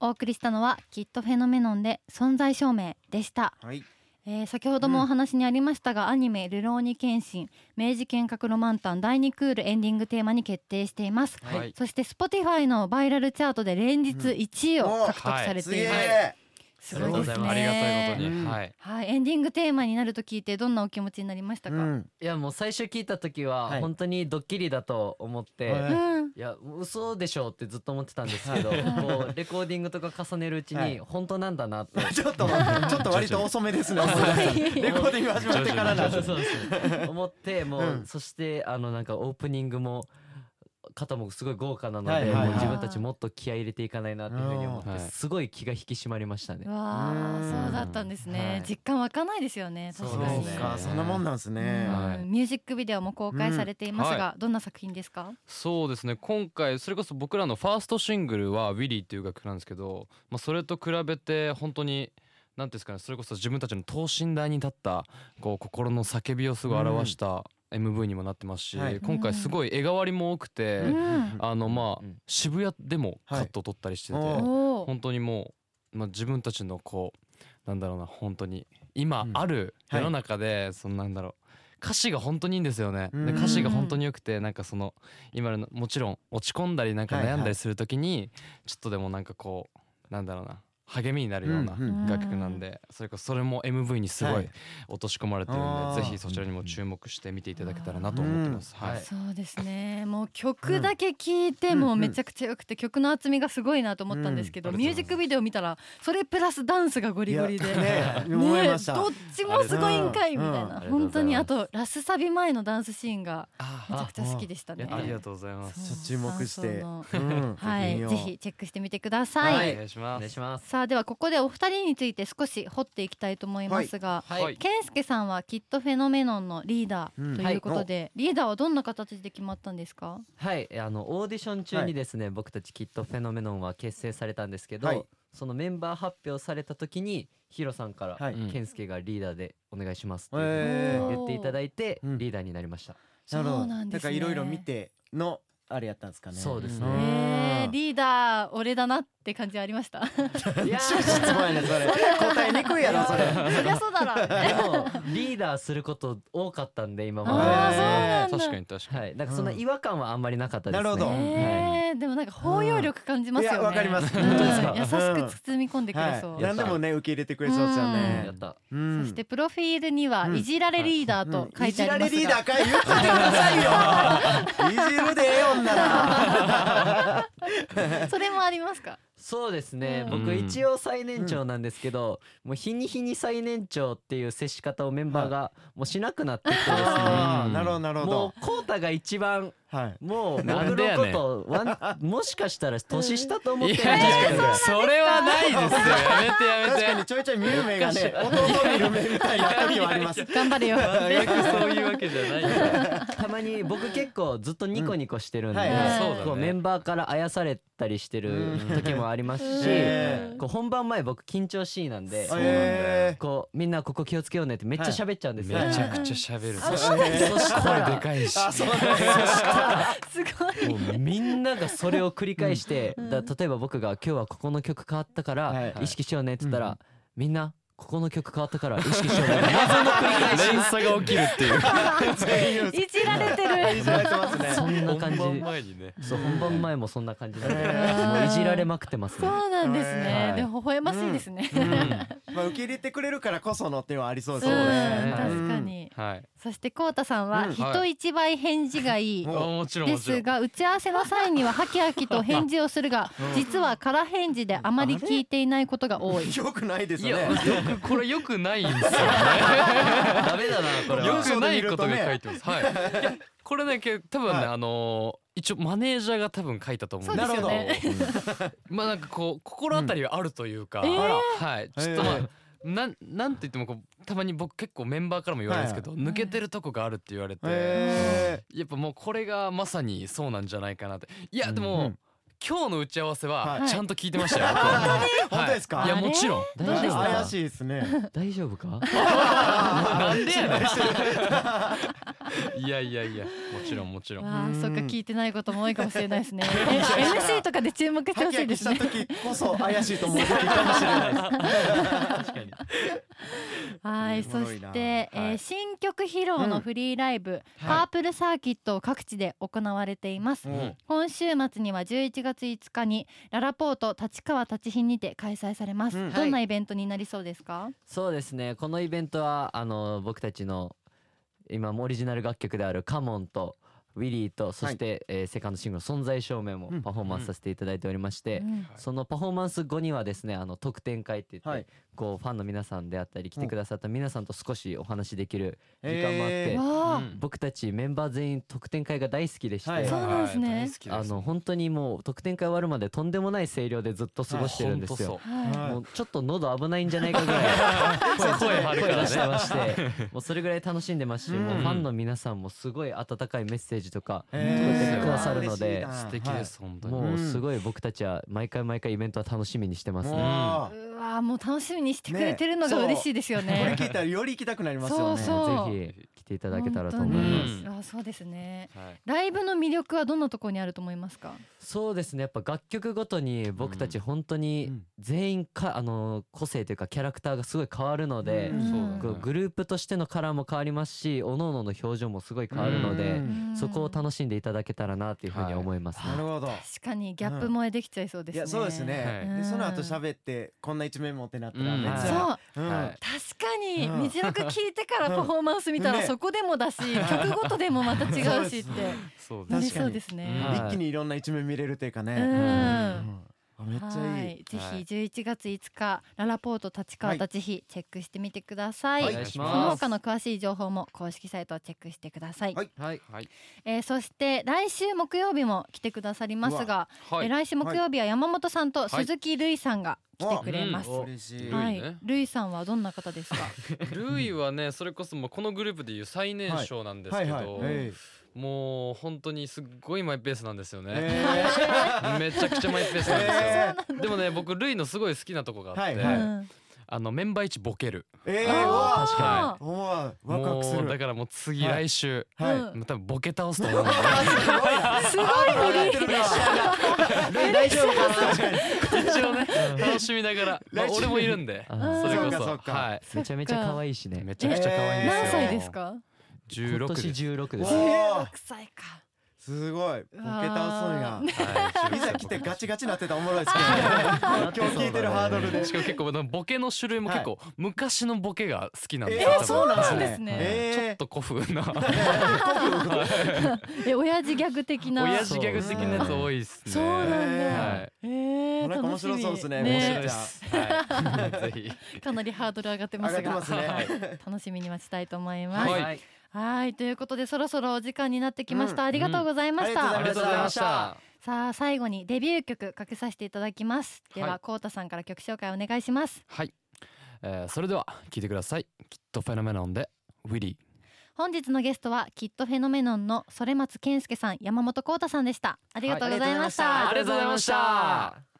お送りしたのはきっとフェノメノンで存在証明でした、はい。えー先ほどもお話にありましたが、アニメ「ルローニケンシン明治剣閣ロマンタン第2クール」エンディングテーマに決定していますはいはいそして Spotify のバイラルチャートで連日1位を獲得されすてげいます、え。すありごがいでとうございすますありがたいことねに、うんはいはい、エンディングテーマになると聞いてどんなお気持ちになりましたか、うんん。いやもう最初聞いた時ははい本当にドッキリだと思って、はいい、や嘘でしょってずっと思ってたんですけど、はいこうレコーディングとか重ねるうちはいに本当なんだなって、 ちょっとちょっと割と遅めですね。 レコーディング始まってからなんでそうそ うそう思ってもう、うんそしてあのなんかオープニングも方もすごい豪華なので、はいはいはいもう自分たちもっと気合い入れていかないなっていうふうに思って、はいすごい気が引き締まりましたね。わあうんそうだったんですね、はい実感湧かないですよねそう確かにですねか、そんなもんなんですね。うんはいミュージックビデオも公開されていますが、うんどんな作品ですか、そうですね今回それこそ僕らのファーストシングルは「ウィリーっていう楽曲なんですけど、まあ、それと比べて本当に何ていうんですかねそれこそ自分たちの等身大に立ったこう心の叫びをすごい表した MV にもなってますし、はい今回すごい絵代わりも多くて、うんあのまあうん渋谷でもカット撮ったりしてて、はいおおー本当にもう、まあ、自分たちのこうなんだろうな本当に今うんあるはい世の中で、そのなんだろう歌詞が本当にいいんですよね、うんで歌詞が本当に良くてなんかその今のもちろん落ち込んだりなんかはいはい悩んだりする時にちょっとでもなんかこうなんだろうな励みになるようなうんうん楽曲なんで、それこそそれも MV にすごはいい落とし込まれてるんで、あーぜひそちらにも注目して見ていただけたらなと思ってます。うんはいそうですねもう曲だけ聴いてもうんめちゃくちゃ良くて曲の厚みがすごいなと思ったんですけど、うんミュージックビデオ見たらそれプラスダンスがゴリゴリで。ね、ね思いました。どっちもすごいんかいみたいな、うん本当にあありがとうとラスサビ前のダンスシーンがあめちゃくちゃ好きでしたねああありがとうございます。ちょっと注目してダンスのうんはいぜひチェックしてみてください、はいお願いしおま願いす。します。さあではここでお二人について少し掘っていきたいと思いますが、はい健介さんはきっとフェノメノンのリーダうーんということで、リーダーはどんな形で決まったんですか、はい、えあのオーディション中にですね、僕たちきっとフェノメノンは結成されたんですけど、はいそのメンバー発表された時にヒロさんから、はいうんケンスケがリーダーでお願いしますっていうえふうーに言っていただいて、うんリーダーになりました。そうなんですねなんかいろいろ見てのあれやったんですかね。そうですねんえー、リーダー俺だなって感じありました いやちょっと質 問やねそれ。答えにくいやろそれ。そりゃそうだろう でもリーダーすること多かったんで今まあへーーそうなんだ確かに確かに。はい、なんかその違和感はあんまりなかったですなね。るほどはいえー、でもなんか包容力感じますよね、うんいやわかりますうん本当ですか優しく包み込んでくれそう、はい。何でもね受け入れてくれそうですようんやね。った。うんそしてプロフィールには「いじられリーダー」と書いてありますが、いじられリーダーかい言ってくださいよいじるでええよんならそれもありますかそうですね、うん僕一応最年長なんですけど、もう日に日に最年長っていう接し方をメンバーがもうしなくなってきてですね。あーなるほどなるほもどうコウタが一番はいもう僕なんのでやねんことワンもしかしたら年下と思っいてるんですやけいどやそれはないですよ。やめ確てかやめにて。ちょいちょい見る目がね弟見る目みたいな時 はあります頑張れよ全くそういうわけじゃないよ。たまに僕結構ずっとニコニコしてるんで、うんはいそうだねこうメンバーからあやされたりしてる時もありますし、えこう本番前僕緊張しいなんで、そうなんだよえこうみんなここ気をつけようねってめっちゃ喋っちゃうんでめすちよ。ゃくちゃ喋る。ーえそした声でらかいし。ーあそうなん すごいもうみんながそれを繰り返して、だ例えば僕が「今日はここの曲変わったかはらい意識しようね」って言ったら、うんみんな「ここの曲変わったから意識しようね」謎の繰り返し連鎖が起きるっていう。 いじられてるいじられてますねそんな感じ本番前にね。そう本番前もそんな感じなんで、えもういじられまくってますね。そうなんですね、はいでも微笑ましいですね、ーうんまあ受け入れてくれるからこそのっていうのはありそうですうねんそう確かに、はい。そしてこうたさんはうん人一倍返事がいい、おもちろんでもちろすん。が打ち合わせの際にはハキハキと返事をするが実は空返事であまり聞いていないことが多いよくないですいよやねよくこれよくないんですよね。ダメだなこれはよくないことが書いてます。はい。いやこれねけ多分ねはいあのー一応マネージャーが多分書いたと思うんですけどそうで。まあなんかこう心当たりはあるというか。うんえーあらはい。ちょっとまあ。なんなんて言ってもこうたまに僕結構メンバーからも言われるんですけど、抜けてるとこがあるって言われて、えやっぱもうこれがまさにそうなんじゃないかなっていやでも、うん今日の打ち合わせははいちゃんと聞いてましたよ。僕本当ですかはいいやもちろん。どうでした怪しいですね。大丈夫かなんでやねん。いやいやいやもちろんもちろん。わあ、うんそっか聞いてないことも多いかもしれないです ね。もしかしたら MC とかで注目してハほキしハいでキしすたね。時こそ怪しいと思う時かもしれないです。確かに。はい、おそもろしいなて、えはーい新曲披露のフリーライブ、パープルサーキットを各地で行われています。うん今週末には11月5日にララポート立川立飛にて開催されます、うんどんなイベントになりそうですか、そうですねこのイベントはあの僕たちの今もオリジナル楽曲である「カモン」と「ウィリーと」そして、えーセカンドシングル「存在証明」もうんパフォーマンスさせていただいておりまして、うんそのパフォーマンス後にはですねあの特典会って言って、はいこうファンの皆さんであったり来てくださった皆さんと少しお話しできる時間もあって、えーわあ、うん僕たちメンバー全員特典会が大好きでして、はいそうなんですねはい大好きですあの本当にもう特典会終わるまでとんでもない声量でずっと過ごしてるんですよ。ほとはもうちょっと喉危ないんじゃないかぐらいそう声 張るか声出らしねて。ましてもうそれぐらい楽しんでますし、もううんファンの皆さんもすごい温かいメッセージとかえ届けてくださるので嬉しいな素敵です本当に。もうすごい僕たちは毎回毎回イベントは楽しみにしてますね。はいういもうわあもう楽しみにしてくれてるのが嬉しいですようこれね聞いたらより行きたくなりますよね。そうそうぜひ来ていただけたらと思い本ま当す。にうんあそうですねはいライブの魅力はどんなところにあると思いますかそうですねやっぱ楽曲ごとに僕たち本当うにん全員かあの個性というかキャラクターがすごい変わるのでう、んこうグルループとしてのカラーも変わりますし各々の表情もすごい変わるので、うんそこをし楽しんでいただけたらなっていうふうに思いますね。なるほど。確かにギャップ萌えできちゃいそうですいね、やそうですね。はいでその後喋ってこんな一面もってなったらめっうんちそうゃ確うんはいかにうん短く聞いてからパフォーマンス見たらねそこでもだし曲ごとでもまた違うしってそうですそうなでりす。そうですねうん一気にいろんな一面見れるというかうね。うんんあめっちはゃいい。い、ぜはいひ11月5日ララポート立川はい立飛、チェックしてみてください、はおい願いいしそますの他の詳しい情報も公式サイトをチェックしてください、はいはい、はいえーそして来週木曜日も来てくださりますが、はえーい。来週木曜日は山本さんと鈴木瑠衣さんが来てくれます、お嬉しい。うんはルイいね、ルイさんはどんな方ですか。ルイはねそれこそもうこのグループでいう最年少なんですけどえもう本当にすっごいマイペースなんですよえね。えめちゃくちゃマイペースなんですよ。えでもね僕ルイのすごい好きなとこがあっはて、いはいうんあのメンバー一ボケる。えええあーうわ確かうわワクワもクすうだる。からもう次は来週、はい。うん多分ボケ倒すと思うんで。すごい上がっのてにるな。大丈夫かな。確かに 一応ね楽しみながら、 まあ来週俺もいるんであーそれこそうそかそうかはいめちゃめちゃ可愛いしね。めちゃくちゃ可愛いんですよ、何歳ですか。今16年です16です。うわ16歳か。すごい。ボケ倒そうや。 はいざ来てガチガチなってたらおもろいですけ どね。今日聞いてるハードルで し。かも結構なんかボケの種類も結構昔のボケが好きなんえでえすよ、多分そうなんでですすねね。ちょっえと古風なえ、親父ギャグ的な。親父ギャグ的なやつ多いですねそうなんだ。はいええーなんか面楽しみ白そうですね。面面白い白いでじゃす、はい、 ぜんかなりハードル上がってま上がすってが。ますね。楽しみに待ちたいと思います。ははいい、ということで、そろそろお時間になってきました。ありがとうございましうんた。ひありがとうございましたさあ、最後にデビュー曲かけさせていただきます。ではは、いこうたさんから曲紹介お願いします。はい、えー、それでは聞いてくださいきっとフェノメノンでウィリー本日のゲストはキットフェノメノンのそれ松健介さん山本幸太さんでしたありがとうございました、ありがとうございました